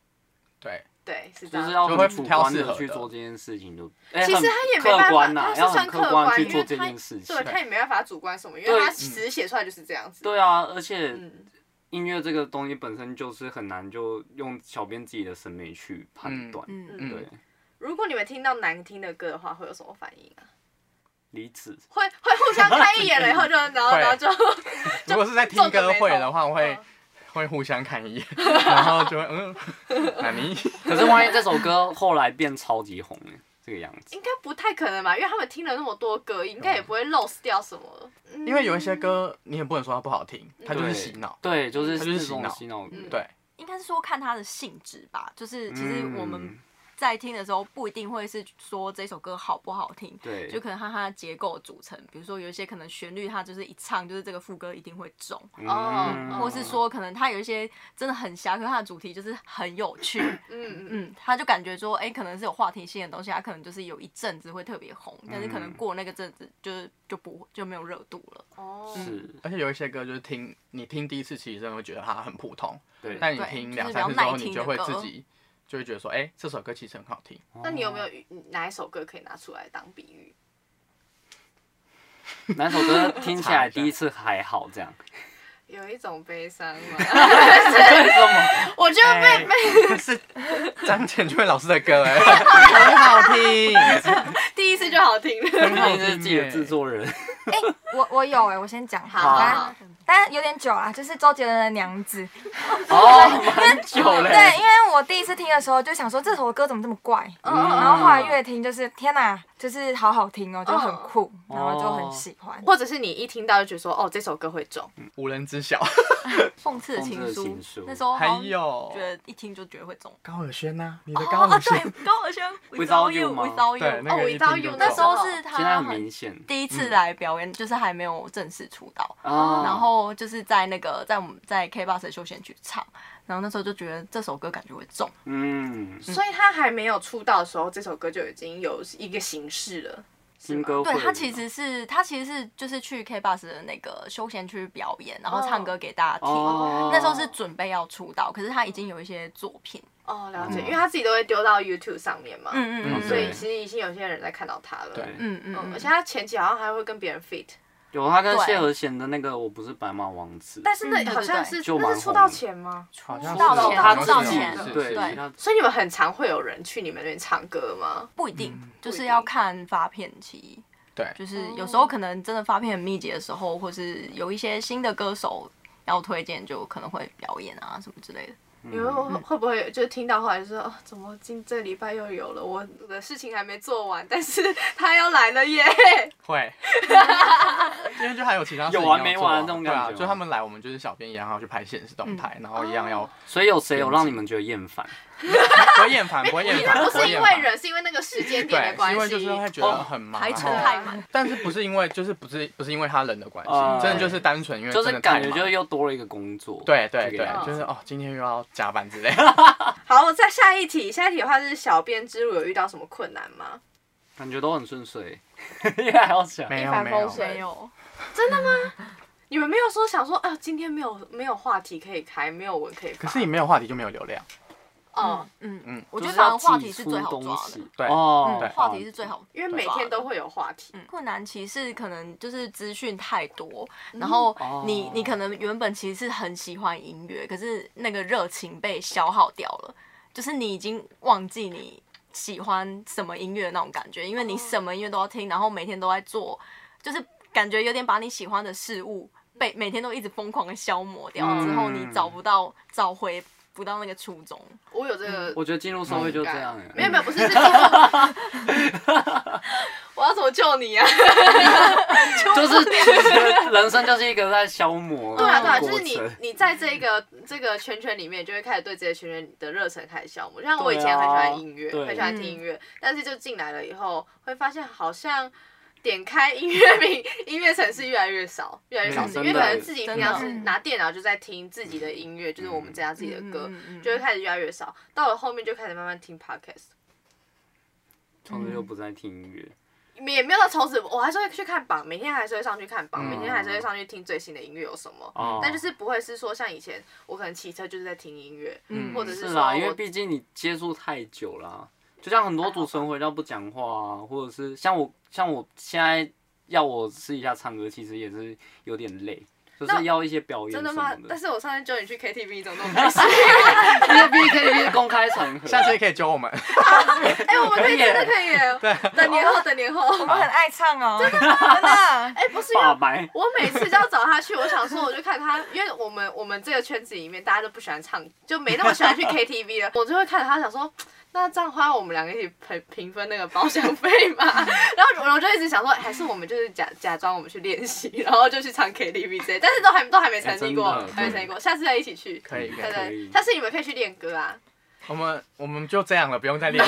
Speaker 2: 对，
Speaker 1: 对，是这
Speaker 3: 就
Speaker 1: 样。
Speaker 3: 是要
Speaker 2: 就会
Speaker 3: 很主观
Speaker 2: 挑适合
Speaker 3: 的
Speaker 2: 的
Speaker 3: 去做这件事情，就哎
Speaker 1: 其实
Speaker 3: 很
Speaker 1: 他也没办
Speaker 3: 客
Speaker 1: 法，
Speaker 3: 观呐，
Speaker 1: 他
Speaker 3: 要
Speaker 1: 是
Speaker 3: 很
Speaker 1: 算
Speaker 3: 客
Speaker 1: 观，
Speaker 3: 去
Speaker 1: 因为
Speaker 3: 做这
Speaker 1: 他
Speaker 3: 件事情
Speaker 1: 对。他也没办法主观什么，因为
Speaker 3: 对嗯
Speaker 1: 他词写出来就是这样子。
Speaker 3: 对啊，而且
Speaker 1: 嗯，
Speaker 3: 音乐这个东西本身就是很难，就用小编自己的审美去判断。
Speaker 4: 嗯
Speaker 2: 嗯
Speaker 3: 对，
Speaker 1: 如果你们听到难听的歌的话，会有什么反应啊？
Speaker 3: 离子
Speaker 1: 会会互相看一 眼了以后就，然后
Speaker 2: 会
Speaker 1: 然后就
Speaker 2: 如果是在听
Speaker 1: 皱着
Speaker 2: 歌
Speaker 1: 眉
Speaker 2: 会
Speaker 1: 头
Speaker 2: 的话，会、
Speaker 1: 嗯
Speaker 2: 会互相看一眼，然后就会嗯，那你
Speaker 3: 可是万一这首歌后来变超级红呢？这个样子，
Speaker 1: 应该不太可能吧，因为他们听了那么多歌，应该也不会 lose 掉什么。嗯
Speaker 2: 因为有一些歌你也不能说它不好听，它就是洗脑。
Speaker 3: 对，就是
Speaker 2: 它就是
Speaker 3: 这种
Speaker 2: 洗脑
Speaker 3: 洗脑歌，
Speaker 1: 嗯
Speaker 2: 对，
Speaker 4: 应该是说看他的性质吧，就是其实我们
Speaker 3: 嗯
Speaker 4: 在听的时候不一定会是说这首歌好不好听，
Speaker 3: 对，
Speaker 4: 就可能看它的结构组成，比如说有一些可能旋律它就是一唱就是这个副歌一定会中，
Speaker 1: 哦
Speaker 3: 嗯
Speaker 4: 或是说可能它有一些真的很瞎，可是它的主题就是很有 趣，
Speaker 1: 嗯嗯
Speaker 4: 嗯，它就感觉说，哎、可能是有话题性的东西，它可能就是有一阵子会特别红，但是
Speaker 3: 嗯
Speaker 4: 可能过那个阵子就是就不就没有热度了，
Speaker 1: 哦，
Speaker 3: 嗯是，
Speaker 2: 而且有一些歌就是听你听第一次，其实真的会觉得它很普通，
Speaker 3: 对，
Speaker 2: 但你
Speaker 4: 对
Speaker 2: 听
Speaker 4: 就是
Speaker 2: 两
Speaker 4: 比
Speaker 2: 三次之后，
Speaker 4: 较耐
Speaker 2: 你
Speaker 4: 听
Speaker 2: 就
Speaker 4: 的
Speaker 2: 会
Speaker 4: 歌
Speaker 2: 自己就会觉得说，哎、这首歌其实很好听。
Speaker 3: 哦
Speaker 1: 那你有没有与哪一首歌可以拿出来当比喻？
Speaker 3: 哪首歌听起来第一次还好这样？
Speaker 1: 有一种悲伤嘛。
Speaker 3: 为什么？
Speaker 1: 我就被被
Speaker 2: 哎是张简君老师的歌哎，很好听，
Speaker 1: 第一次就好听了。
Speaker 2: 很好
Speaker 3: 你是自己
Speaker 2: 听
Speaker 3: 的
Speaker 2: 耶。
Speaker 3: 制作人，
Speaker 5: 我我有哎、我先讲
Speaker 1: 好
Speaker 5: 好
Speaker 1: 好
Speaker 5: 吧
Speaker 1: 好，
Speaker 5: 但是有点久啦，就是周杰伦的《娘子》。
Speaker 3: 哦，蛮久嘞。
Speaker 5: 对，因为我第一次听的时候就想说这首歌怎么这么怪，
Speaker 4: 哦
Speaker 1: 嗯
Speaker 5: 然后
Speaker 1: 嗯
Speaker 5: 后来越听就是天哪、就是好好听哦，就很酷，然后就很喜欢
Speaker 1: 嗯，。或者是你一听到就觉得说，哦，这首歌会中。
Speaker 2: 无人知晓。
Speaker 4: 讽刺
Speaker 3: 讽刺的
Speaker 4: 的情
Speaker 3: 情书
Speaker 4: 书，那时哦候好
Speaker 2: 还
Speaker 4: 像
Speaker 2: 有
Speaker 4: 觉得一听就觉得会中。
Speaker 2: 高尔宣呐，你
Speaker 4: 哦
Speaker 2: 的高
Speaker 4: 哦，
Speaker 2: 尔宣，
Speaker 4: 对，高尔宣
Speaker 3: Without
Speaker 4: Without
Speaker 3: You 吗
Speaker 4: You，Without
Speaker 2: 对，
Speaker 4: You，
Speaker 2: 那
Speaker 1: 哦
Speaker 2: 个
Speaker 1: 我
Speaker 2: 一
Speaker 1: 知道
Speaker 2: 听就
Speaker 1: 有
Speaker 4: 那
Speaker 2: 中
Speaker 4: 时候是
Speaker 3: 现在
Speaker 4: 他
Speaker 3: 很
Speaker 4: 很
Speaker 3: 明嗯显
Speaker 4: 第一次来表演，就是还没有正式出道，
Speaker 3: 啊。
Speaker 4: 然后就是在那个在我们在 K b o s 的休闲区唱，然后那时候就觉得这首歌感觉会中，
Speaker 3: 嗯，
Speaker 1: 所以他还没有出道的时候，这首歌就已经有一个形式了。
Speaker 3: 新歌会
Speaker 4: 对他其实是他其实是就是去 K b o s 的那个休闲区表演，然后唱歌给大家听。
Speaker 3: 哦
Speaker 4: 那时候是准备要出道，可是他已经有一些作品，
Speaker 1: 哦，了解，因
Speaker 3: 嗯
Speaker 1: 为他自己都会丢到 YouTube 上面嘛，
Speaker 4: 嗯嗯
Speaker 2: 嗯
Speaker 4: 嗯，
Speaker 1: 所以
Speaker 3: 对
Speaker 1: 其实已经有些人在看到他了。
Speaker 2: 对
Speaker 4: 嗯嗯
Speaker 1: 嗯，
Speaker 4: 嗯，
Speaker 1: 而且他前期好像还会跟别人 fit，
Speaker 3: 有他跟
Speaker 4: 对
Speaker 3: 谢和弦的那个《我不是白马王子》，
Speaker 1: 但是那
Speaker 4: 嗯对
Speaker 1: 好像
Speaker 4: 对
Speaker 1: 是
Speaker 3: 就
Speaker 1: 那
Speaker 3: 蛮
Speaker 1: 是出
Speaker 3: 红
Speaker 1: 道
Speaker 3: 的
Speaker 1: 前吗？
Speaker 2: 好像
Speaker 4: 出道
Speaker 2: 是好
Speaker 3: 他
Speaker 4: 前
Speaker 2: 像
Speaker 4: 出道
Speaker 2: 是
Speaker 3: 自己
Speaker 4: 前
Speaker 2: 是
Speaker 3: 对
Speaker 2: 是
Speaker 4: 对
Speaker 3: 其他
Speaker 1: 所以你们很常会有人去你们那边唱歌吗？
Speaker 4: 不一定，
Speaker 3: 嗯
Speaker 4: 哦就是
Speaker 1: 定
Speaker 4: 要看发片期。
Speaker 2: 对
Speaker 4: 就是有时候可能真的发片很密集的时候，或是有一些新的歌手要推荐，就可能会表演啊什么之类的。
Speaker 1: 你
Speaker 2: 嗯
Speaker 1: 们会会不会就听到后来就说，哦，怎么今这礼拜又有了？我的事情还没做完，但是 他要来了耶！
Speaker 2: 会。今天就还有其他事
Speaker 3: 有
Speaker 2: 情
Speaker 3: 完
Speaker 2: 要
Speaker 3: 没
Speaker 2: 做
Speaker 3: 完
Speaker 2: 啊
Speaker 3: 那种
Speaker 2: 对啊
Speaker 3: 感觉
Speaker 2: 就
Speaker 3: 吗
Speaker 2: 他们来，我们就是小编一样要去拍现实动态，然后
Speaker 1: 嗯
Speaker 2: 一样要
Speaker 3: 所以有谁有让你们觉得厌烦？
Speaker 2: 不会厌烦，不会厌 烦，
Speaker 1: 不
Speaker 2: 会
Speaker 1: 是因
Speaker 2: 厌
Speaker 1: 为
Speaker 2: 烦
Speaker 1: 人，是因为那个时间点
Speaker 2: 对
Speaker 1: 的，
Speaker 2: 是
Speaker 1: 关
Speaker 2: 因为
Speaker 1: 系
Speaker 2: 就。是会觉
Speaker 3: 哦
Speaker 2: 得很忙，
Speaker 4: 排程
Speaker 2: 然后
Speaker 4: 太满，
Speaker 2: 但是不是因为就是不是不是因为他人的关系
Speaker 3: 哦，
Speaker 2: 真的就是单纯因为
Speaker 3: 就
Speaker 2: 真
Speaker 3: 是
Speaker 2: 的
Speaker 3: 感
Speaker 2: 太
Speaker 3: 觉
Speaker 2: 忙
Speaker 3: 就是又多了一个工作。
Speaker 2: 对对
Speaker 3: 这个
Speaker 2: 对
Speaker 3: 样，
Speaker 2: 就
Speaker 4: 嗯
Speaker 3: 子
Speaker 2: 是哦，今天又要加班之类。
Speaker 1: 好，再下一题，下一题的话就是小编之路有遇到什么困难 吗？
Speaker 3: 感觉都很顺遂， 因为还要想。
Speaker 2: 没
Speaker 1: 一
Speaker 2: 有
Speaker 1: 帆
Speaker 2: 没
Speaker 1: 风
Speaker 2: 有，
Speaker 1: 顺
Speaker 4: 没有，
Speaker 1: 你们没有说想说啊，今天没有没有话题可以开，没有文可以发。
Speaker 2: 可是你没有话题就没有流量，
Speaker 1: 哦，
Speaker 4: 嗯
Speaker 2: 嗯
Speaker 4: 嗯，我觉
Speaker 3: 就是
Speaker 4: 得反
Speaker 3: 要
Speaker 4: 而话
Speaker 3: 挤
Speaker 4: 题是
Speaker 3: 出
Speaker 4: 最好
Speaker 3: 东
Speaker 4: 抓的
Speaker 3: 西，，
Speaker 2: 对
Speaker 3: 哦
Speaker 4: 嗯，话题是最好抓的，
Speaker 1: 因为每天都会有话题。
Speaker 4: 嗯困难其实可能就是资讯太多，然后你、
Speaker 3: 哦
Speaker 4: 你可能原本其实是很喜欢音乐，可是那个热情被消耗掉了，就是你已经忘记你喜欢什么音乐那种感觉，因为
Speaker 3: 嗯
Speaker 4: 你什么音乐都要听，然后每天都在做，就是感觉有点把你喜欢的事物被每天都一直疯狂的消磨掉，之后
Speaker 3: 嗯
Speaker 4: 你找不到找回不到那个初衷，
Speaker 1: 我有这
Speaker 2: 嗯
Speaker 1: 个
Speaker 3: 我觉得进入社会就这
Speaker 4: 嗯
Speaker 3: 样
Speaker 1: 没有
Speaker 3: 哎。
Speaker 1: 没有，不是是进入。我要怎么救你啊？
Speaker 3: 就是就是人生就是一个在消磨的
Speaker 1: 对啊对啊，就
Speaker 3: 过
Speaker 1: 是你
Speaker 3: 程。
Speaker 1: 你在这个这个圈圈里面，就会开始对这些圈圈的热忱开始消磨。像我以
Speaker 3: 对啊
Speaker 1: 前很喜欢音乐，
Speaker 3: 对
Speaker 1: 很喜欢听
Speaker 4: 嗯
Speaker 1: 音乐，但是就进来了以后，会发现好像。点开音乐名，音乐城市越来越少，越来越少
Speaker 4: 嗯
Speaker 1: 是因为
Speaker 3: 真的
Speaker 1: 可能自己平常是
Speaker 5: 真的
Speaker 1: 拿电脑就在听自己的音乐，就是我们这样自己的歌，
Speaker 4: 嗯嗯嗯
Speaker 1: 就会开始越来越少。到了后面就开始慢慢听 podcast，
Speaker 3: 从此就不再听音乐。
Speaker 1: 也没有到从此，我还是会去看榜，每天还是会上去看榜，
Speaker 2: 嗯
Speaker 1: 每天还是会上去听最新的音乐有什么。
Speaker 4: 嗯
Speaker 3: 哦
Speaker 1: 但就是不会是说像以前，我可能骑车就是在听音乐，
Speaker 4: 嗯
Speaker 1: 或者是
Speaker 3: 是
Speaker 1: 说
Speaker 3: 啦，因为
Speaker 1: 我
Speaker 3: 毕竟你接触太久啦、就像很多主持人回到不讲话啊，或者是像我像我现在要我试一下唱歌，其实也是有点累，就是要一些表演
Speaker 1: 真
Speaker 3: 什
Speaker 1: 的吗
Speaker 3: 么？
Speaker 1: 但
Speaker 3: 的。
Speaker 1: 是我上次叫你去 KTV，你怎么那么哎开心？
Speaker 3: 因为 B K B 是公开场合，
Speaker 2: 下次也可以揪我们。
Speaker 1: 哎、我们可以真的可以耶！等年后，等年后。
Speaker 5: 我很爱唱哦，真的 真的。
Speaker 1: 哎、不是因
Speaker 3: 把
Speaker 1: 为
Speaker 3: 白
Speaker 1: 我每次都要找他去，我想说我就看他，因为我们我们这个圈子里面大家都不喜欢唱，就没那么喜欢去 KTV 了，我就会看着他想说。那这样的话，我们两个一起平平分那个包厢费嘛？然后我就一直想说，还是我们就是假假装我们去练习，然后就去唱 KTV 之类，但是都还都还没成立过
Speaker 3: 哎真，的
Speaker 1: 还没成立过，下次再一起去。
Speaker 2: 可以可
Speaker 1: 对
Speaker 2: 以，
Speaker 3: 可
Speaker 1: 对
Speaker 3: 以，
Speaker 1: 但是你们可以去练歌啊。
Speaker 2: 我们我们就这样了，不 用再练。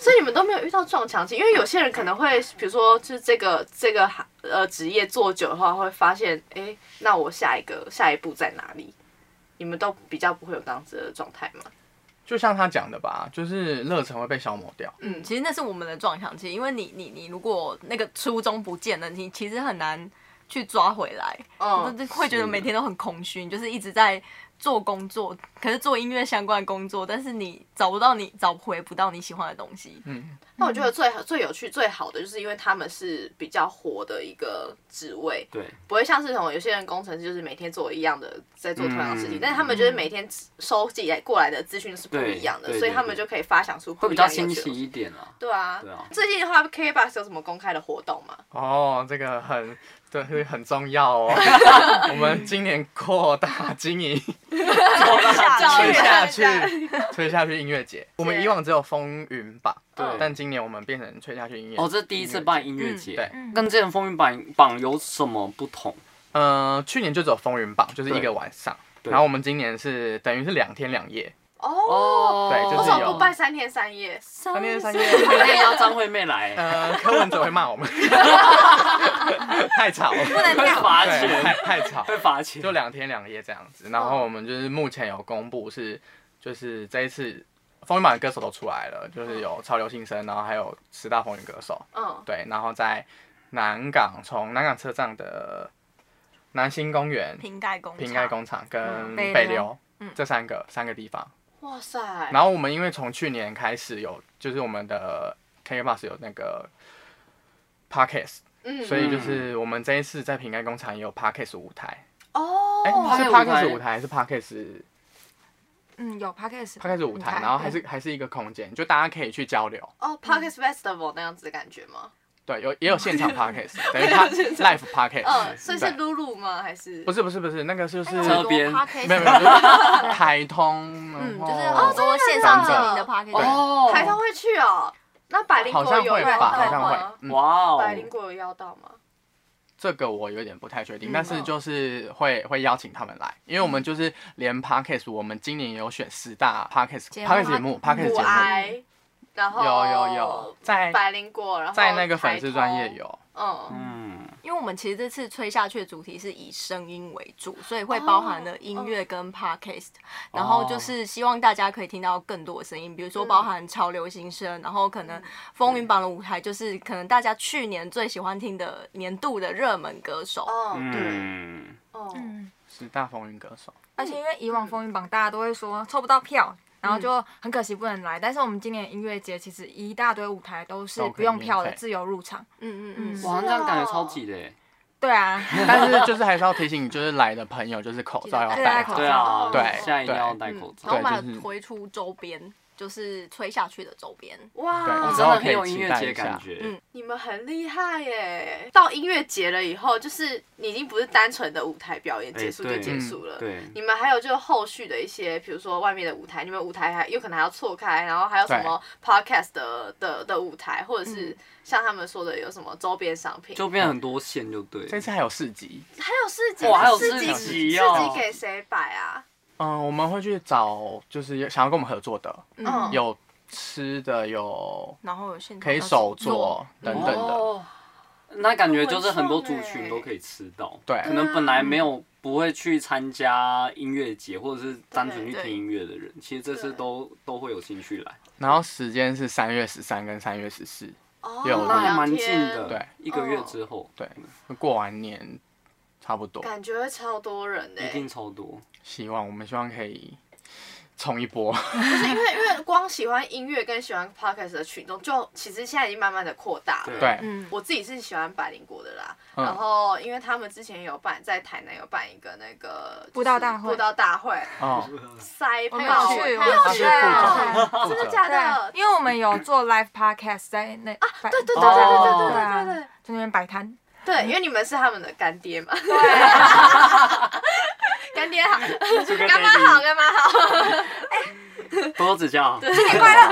Speaker 1: 所以你们都没有遇到撞墙期，因为有些人可能会，比如说，就是这个这个行呃职业做久的话，会发现，哎、那我下一个下一步在哪里？你们都比较不会有这样子的状态吗？
Speaker 2: 就像他讲的吧，就是热忱会被消磨掉。
Speaker 1: 嗯，
Speaker 4: 其实那是我们的撞墙期，因为你你你如果那个初衷不见了，你其实很难去抓回来，
Speaker 1: 哦
Speaker 4: 就是会觉得每天都很空虚，你就是一直在做工作，可是做音乐相关的工作，但是你找不到你找回不到你喜欢的东西，
Speaker 2: 嗯，
Speaker 1: 那我觉得最好最有趣、最好的，就是因为他们是比较活的一个职位，
Speaker 3: 对，
Speaker 1: 不会像是什么有些人工程师就是每天做一样的，在做同样的事情，
Speaker 3: 嗯
Speaker 1: 但是他们就是每天收集来过来的资讯是不
Speaker 3: 对
Speaker 1: 一样的，
Speaker 3: 对
Speaker 1: 所以
Speaker 3: 对
Speaker 1: 他们
Speaker 3: 对
Speaker 1: 就可以发想出
Speaker 3: 会
Speaker 1: 不
Speaker 3: 比
Speaker 1: 一
Speaker 3: 较
Speaker 1: 样有
Speaker 3: 新
Speaker 1: 趣的
Speaker 3: 奇
Speaker 1: 东西。
Speaker 3: 一点啊。
Speaker 1: 对啊，
Speaker 3: 对啊
Speaker 1: 最近的话，KBox 有什么公开的活动吗？
Speaker 2: 哦，这个很对，很重要 哦。我们今年扩大经营，
Speaker 4: 教
Speaker 2: 推
Speaker 4: 育
Speaker 2: 下去，推下去音乐节。我们以往只有风云榜，
Speaker 3: 对
Speaker 2: 但今年我们变成推下去音乐。
Speaker 3: 哦，这是第一次办音
Speaker 1: 嗯
Speaker 3: 乐节，
Speaker 2: 对
Speaker 3: 跟之前风云榜榜有什么不同？
Speaker 2: 呃，去年就只有风云榜，就是一个晚上。
Speaker 3: 对
Speaker 2: 然后我们今年是等于是两天两夜，
Speaker 1: 哦，
Speaker 2: 对就
Speaker 1: 为
Speaker 2: 是
Speaker 1: 什么
Speaker 2: 有
Speaker 1: 不办三天三夜？
Speaker 2: 三天三夜。
Speaker 3: 明天邀张惠妹 来，
Speaker 2: 呃，柯文哲会骂我 们，太吵了，不
Speaker 5: 能
Speaker 3: 会
Speaker 5: 跳
Speaker 3: 罚
Speaker 2: 对，太
Speaker 3: 钱，
Speaker 2: 太吵，
Speaker 3: 会罚钱。
Speaker 2: 就两天两夜这样子。然后我们就是目前有公布是，就是这一次风云榜的歌手都出来了，就是有潮流新生，然后还有十大风云歌手，
Speaker 1: 嗯，
Speaker 2: 对，然后在南港从南港车站的南新公园、
Speaker 4: 瓶盖工厂
Speaker 2: 瓶盖工厂跟
Speaker 5: 嗯北
Speaker 2: 北
Speaker 5: 流
Speaker 2: 流
Speaker 4: 嗯
Speaker 2: 这三个三个地方。
Speaker 1: 哇塞，
Speaker 2: 然后我们因为从去年开始有，就是我们的 K Bus 有那个 Podcast，
Speaker 1: 嗯，
Speaker 2: 所以就是我们这一次在瓶盖工厂也有 Podcast 舞台。
Speaker 1: 哦，
Speaker 2: 哎、是
Speaker 3: Podcast
Speaker 2: Podcast 舞
Speaker 3: 舞台
Speaker 2: 台还是 Podcast
Speaker 5: 嗯，有 podcast
Speaker 2: Podcast 舞台？然后还是还是一个空间，就大家可以去交流。
Speaker 1: 哦，Pockets Festival 那样子的感觉吗？
Speaker 2: 对，有也有现场 Podcast，等于他 Live Podcast。
Speaker 1: 嗯，所以是
Speaker 2: 对
Speaker 1: 露露吗？还是
Speaker 2: 不是不是不是，那个
Speaker 4: 哎
Speaker 2: 就是
Speaker 3: 车边
Speaker 2: 没有没有， 就是台通，
Speaker 4: 嗯，
Speaker 2: 然
Speaker 4: 就是
Speaker 2: 后
Speaker 4: 很多线上知名的 p a c k a g
Speaker 3: 哦，
Speaker 1: 台上会去哦？那百灵
Speaker 2: 好
Speaker 1: 果
Speaker 2: 像
Speaker 1: 有
Speaker 2: 会
Speaker 1: 邀
Speaker 2: 吧，好
Speaker 1: 到
Speaker 2: 像
Speaker 1: 吗
Speaker 2: 会。？嗯，
Speaker 3: 哇哦，
Speaker 1: 百灵果有邀到吗？
Speaker 2: 这个我有点不太确定，但是就是会会邀请他们来，因为我们就是连 podcast，我们今年也有选十大 podcast
Speaker 5: 节目
Speaker 2: podcast 节目 podcast
Speaker 1: 骨
Speaker 2: 节目，
Speaker 1: 癌，然后
Speaker 2: 有有有，在
Speaker 1: 哦百灵果，然后
Speaker 2: 在那个粉丝专业
Speaker 1: 台
Speaker 2: 有，
Speaker 1: 通，嗯，
Speaker 3: 嗯，
Speaker 4: 因为我们其实这次吹下去的主题是以声音为主，所以会包含了音乐跟 podcast，、然
Speaker 3: 哦
Speaker 4: 后就是希望大家可以听到更多的声音，比如说包含潮流新生，然后可能风云榜的舞台就是可能大家去年最喜欢听的年度的热门歌手，
Speaker 1: 哦，对，
Speaker 3: 嗯，
Speaker 1: 哦，
Speaker 5: 嗯，
Speaker 2: 十大风云歌手，
Speaker 5: 而且因为以往风云榜大家都会说抽不到票，然后就很可惜不能来。但是我们今年音乐节其实一大堆舞台都是
Speaker 2: 都可以
Speaker 5: 不用票的，
Speaker 2: 免费
Speaker 5: 自由入场。
Speaker 4: 嗯嗯嗯，
Speaker 3: 哇，这样感觉超级的，
Speaker 5: 对啊，
Speaker 2: 但是就是还是要提醒，就是来的朋友就是口罩要
Speaker 5: 记
Speaker 2: 戴
Speaker 5: 得戴
Speaker 2: 好
Speaker 5: 口罩，
Speaker 3: 对啊，
Speaker 2: 对
Speaker 3: 现在一定要戴口罩
Speaker 4: 然后我。
Speaker 2: 对
Speaker 4: 们还
Speaker 2: 就是
Speaker 4: 有推出周边，就是吹下去的周边，
Speaker 1: 哇
Speaker 2: 对
Speaker 3: 哦，
Speaker 2: 我
Speaker 3: 真
Speaker 2: 知道
Speaker 3: 的很有音乐节感
Speaker 4: 嗯
Speaker 3: 觉，
Speaker 1: 你们很厉害耶！到音乐节了以后，就是你已经不是单纯的舞台表演
Speaker 3: 哎
Speaker 1: 结束就
Speaker 3: 对
Speaker 1: 结束
Speaker 2: 嗯
Speaker 1: 了，
Speaker 3: 对，
Speaker 1: 你们还有就是后续的一些，比如说外面的舞台，你们舞台还有可能还要错开，然后还有什么 podcast 的的的舞台，或者是像他们说的有什么周边商品，
Speaker 3: 就变很多线就对了。
Speaker 2: 这次还有市集，
Speaker 1: 还有市集，
Speaker 3: 哇还有
Speaker 1: 市集，
Speaker 2: 市
Speaker 3: 集
Speaker 1: 市
Speaker 3: 哦
Speaker 1: 集给谁摆啊？
Speaker 2: 嗯，我们会去找就是想要跟我们合作的，
Speaker 1: 嗯
Speaker 2: 有吃的，有
Speaker 4: 然后有现场
Speaker 2: 可以手做等等的，
Speaker 3: 哦，那感觉就是很多族群都可以吃到，
Speaker 2: 对
Speaker 3: 可能本来没有不会去参加音乐节，或者是单纯去听音乐的人，其实这次都都会有兴趣来，
Speaker 2: 然后时间是三月十三跟三月十四，
Speaker 1: 哦，
Speaker 2: 有
Speaker 3: 那还
Speaker 1: 两
Speaker 3: 蛮近
Speaker 1: 天
Speaker 3: 的，
Speaker 2: 对，
Speaker 3: 一个月之后，
Speaker 2: 对，过完年差不多，
Speaker 1: 感觉会超多人的欸
Speaker 3: 一
Speaker 1: 耶，
Speaker 3: 定超多，
Speaker 2: 希望我们希望可以冲一波。
Speaker 1: 因为因为光喜欢音乐跟喜欢 podcast 的群众，就其实现在已经慢慢的扩大了。
Speaker 2: 对，
Speaker 4: 嗯，
Speaker 1: 我自己是喜欢百灵果的啦，
Speaker 2: 嗯
Speaker 1: 然后因为他们之前有办在台南有办一个那个就是
Speaker 5: 布道大会
Speaker 1: 布道大会
Speaker 2: 哦，
Speaker 1: 塞
Speaker 5: 我没
Speaker 1: 爆
Speaker 5: 有去，
Speaker 1: 我
Speaker 5: 我
Speaker 1: 看
Speaker 5: 有
Speaker 2: 他
Speaker 5: 去
Speaker 2: 是
Speaker 5: 对啊。
Speaker 2: 副总，
Speaker 1: 真的
Speaker 2: 负责
Speaker 1: 假的？
Speaker 5: 对，因为我们有做 live podcast 在那啊，
Speaker 1: 对对对对
Speaker 3: 哦
Speaker 1: 对
Speaker 5: 对
Speaker 1: 对
Speaker 5: 啊
Speaker 1: 对对对，
Speaker 5: 在那边摆摊，
Speaker 1: 对，因为你们是他们的干爹嘛， 干爹好，
Speaker 3: 干
Speaker 1: 干妈好，干妈好。
Speaker 3: 多多指教，
Speaker 5: 新年快乐！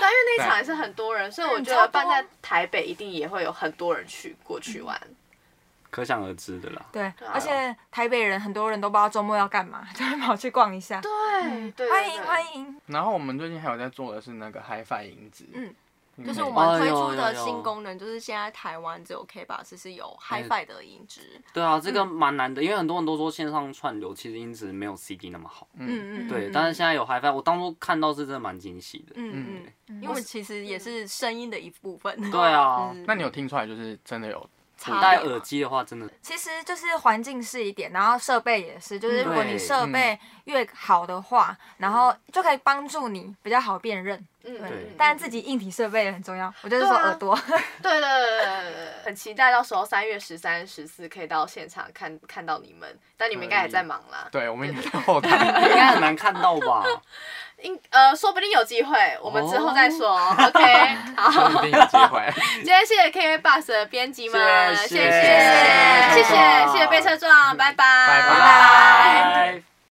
Speaker 1: 但因为那场也是很多人，所以我觉得办在台北一定也会有很多人去过去玩。
Speaker 3: 可想而知的啦。
Speaker 5: 对
Speaker 1: 啊，
Speaker 5: 而且台北人很多人都不知道周末要干嘛，就会跑去逛一下。
Speaker 1: 对对，
Speaker 5: 欢迎
Speaker 1: 迎。
Speaker 5: 欢迎，
Speaker 2: 然后我们最近还有在做的是那个 HiFi 银子，
Speaker 4: 嗯
Speaker 2: 嗯，
Speaker 4: 就是我
Speaker 3: 哦
Speaker 4: 们推
Speaker 3: 有
Speaker 4: 出的
Speaker 3: 有有
Speaker 4: 新功能，就是现在台湾只有 K 吧，只是有
Speaker 3: 哎
Speaker 4: HiFi 的音质。
Speaker 3: 对啊，这个蛮难的，因为很多人都说线上串流其实音质没有 CD 那么好，
Speaker 4: 嗯嗯，
Speaker 3: 对，
Speaker 4: 嗯
Speaker 3: 但是现在有 HiFi，我当初看到是真的蛮惊喜的。
Speaker 4: 嗯嗯，因为其实也是声音的一部分。
Speaker 3: 对啊
Speaker 4: 嗯，
Speaker 2: 那你有听出来就是真的有
Speaker 3: 古
Speaker 4: 差
Speaker 3: 代
Speaker 4: 别
Speaker 3: 耳
Speaker 4: 嘛
Speaker 3: 机的话，真的
Speaker 5: 其实就是环境是一点，然后设备也是，就是如果你
Speaker 3: 对
Speaker 5: 设备越好的话，然后就可以帮助你比较好辨认。
Speaker 1: 嗯，
Speaker 5: 对，
Speaker 1: 嗯
Speaker 5: 但自己硬体设备也很重要。我就是说
Speaker 1: 对啊
Speaker 5: 耳朵，
Speaker 1: 对对对对对对，很期待到时候三月十三、十四可以到现场看看到你们，但你们应该也在忙啦。
Speaker 2: 对，我们应该在后台。
Speaker 3: 应该很难看到吧？
Speaker 1: 应呃，说不定有机会，我们之后再说。OK，好，
Speaker 2: 一定有机会。
Speaker 1: 今天谢谢 KK Box 的编辑们，
Speaker 3: 谢
Speaker 1: 谢
Speaker 3: 谢
Speaker 1: 谢谢
Speaker 5: 谢谢
Speaker 1: 谢谢谢被车撞，拜拜，
Speaker 2: 拜
Speaker 5: 拜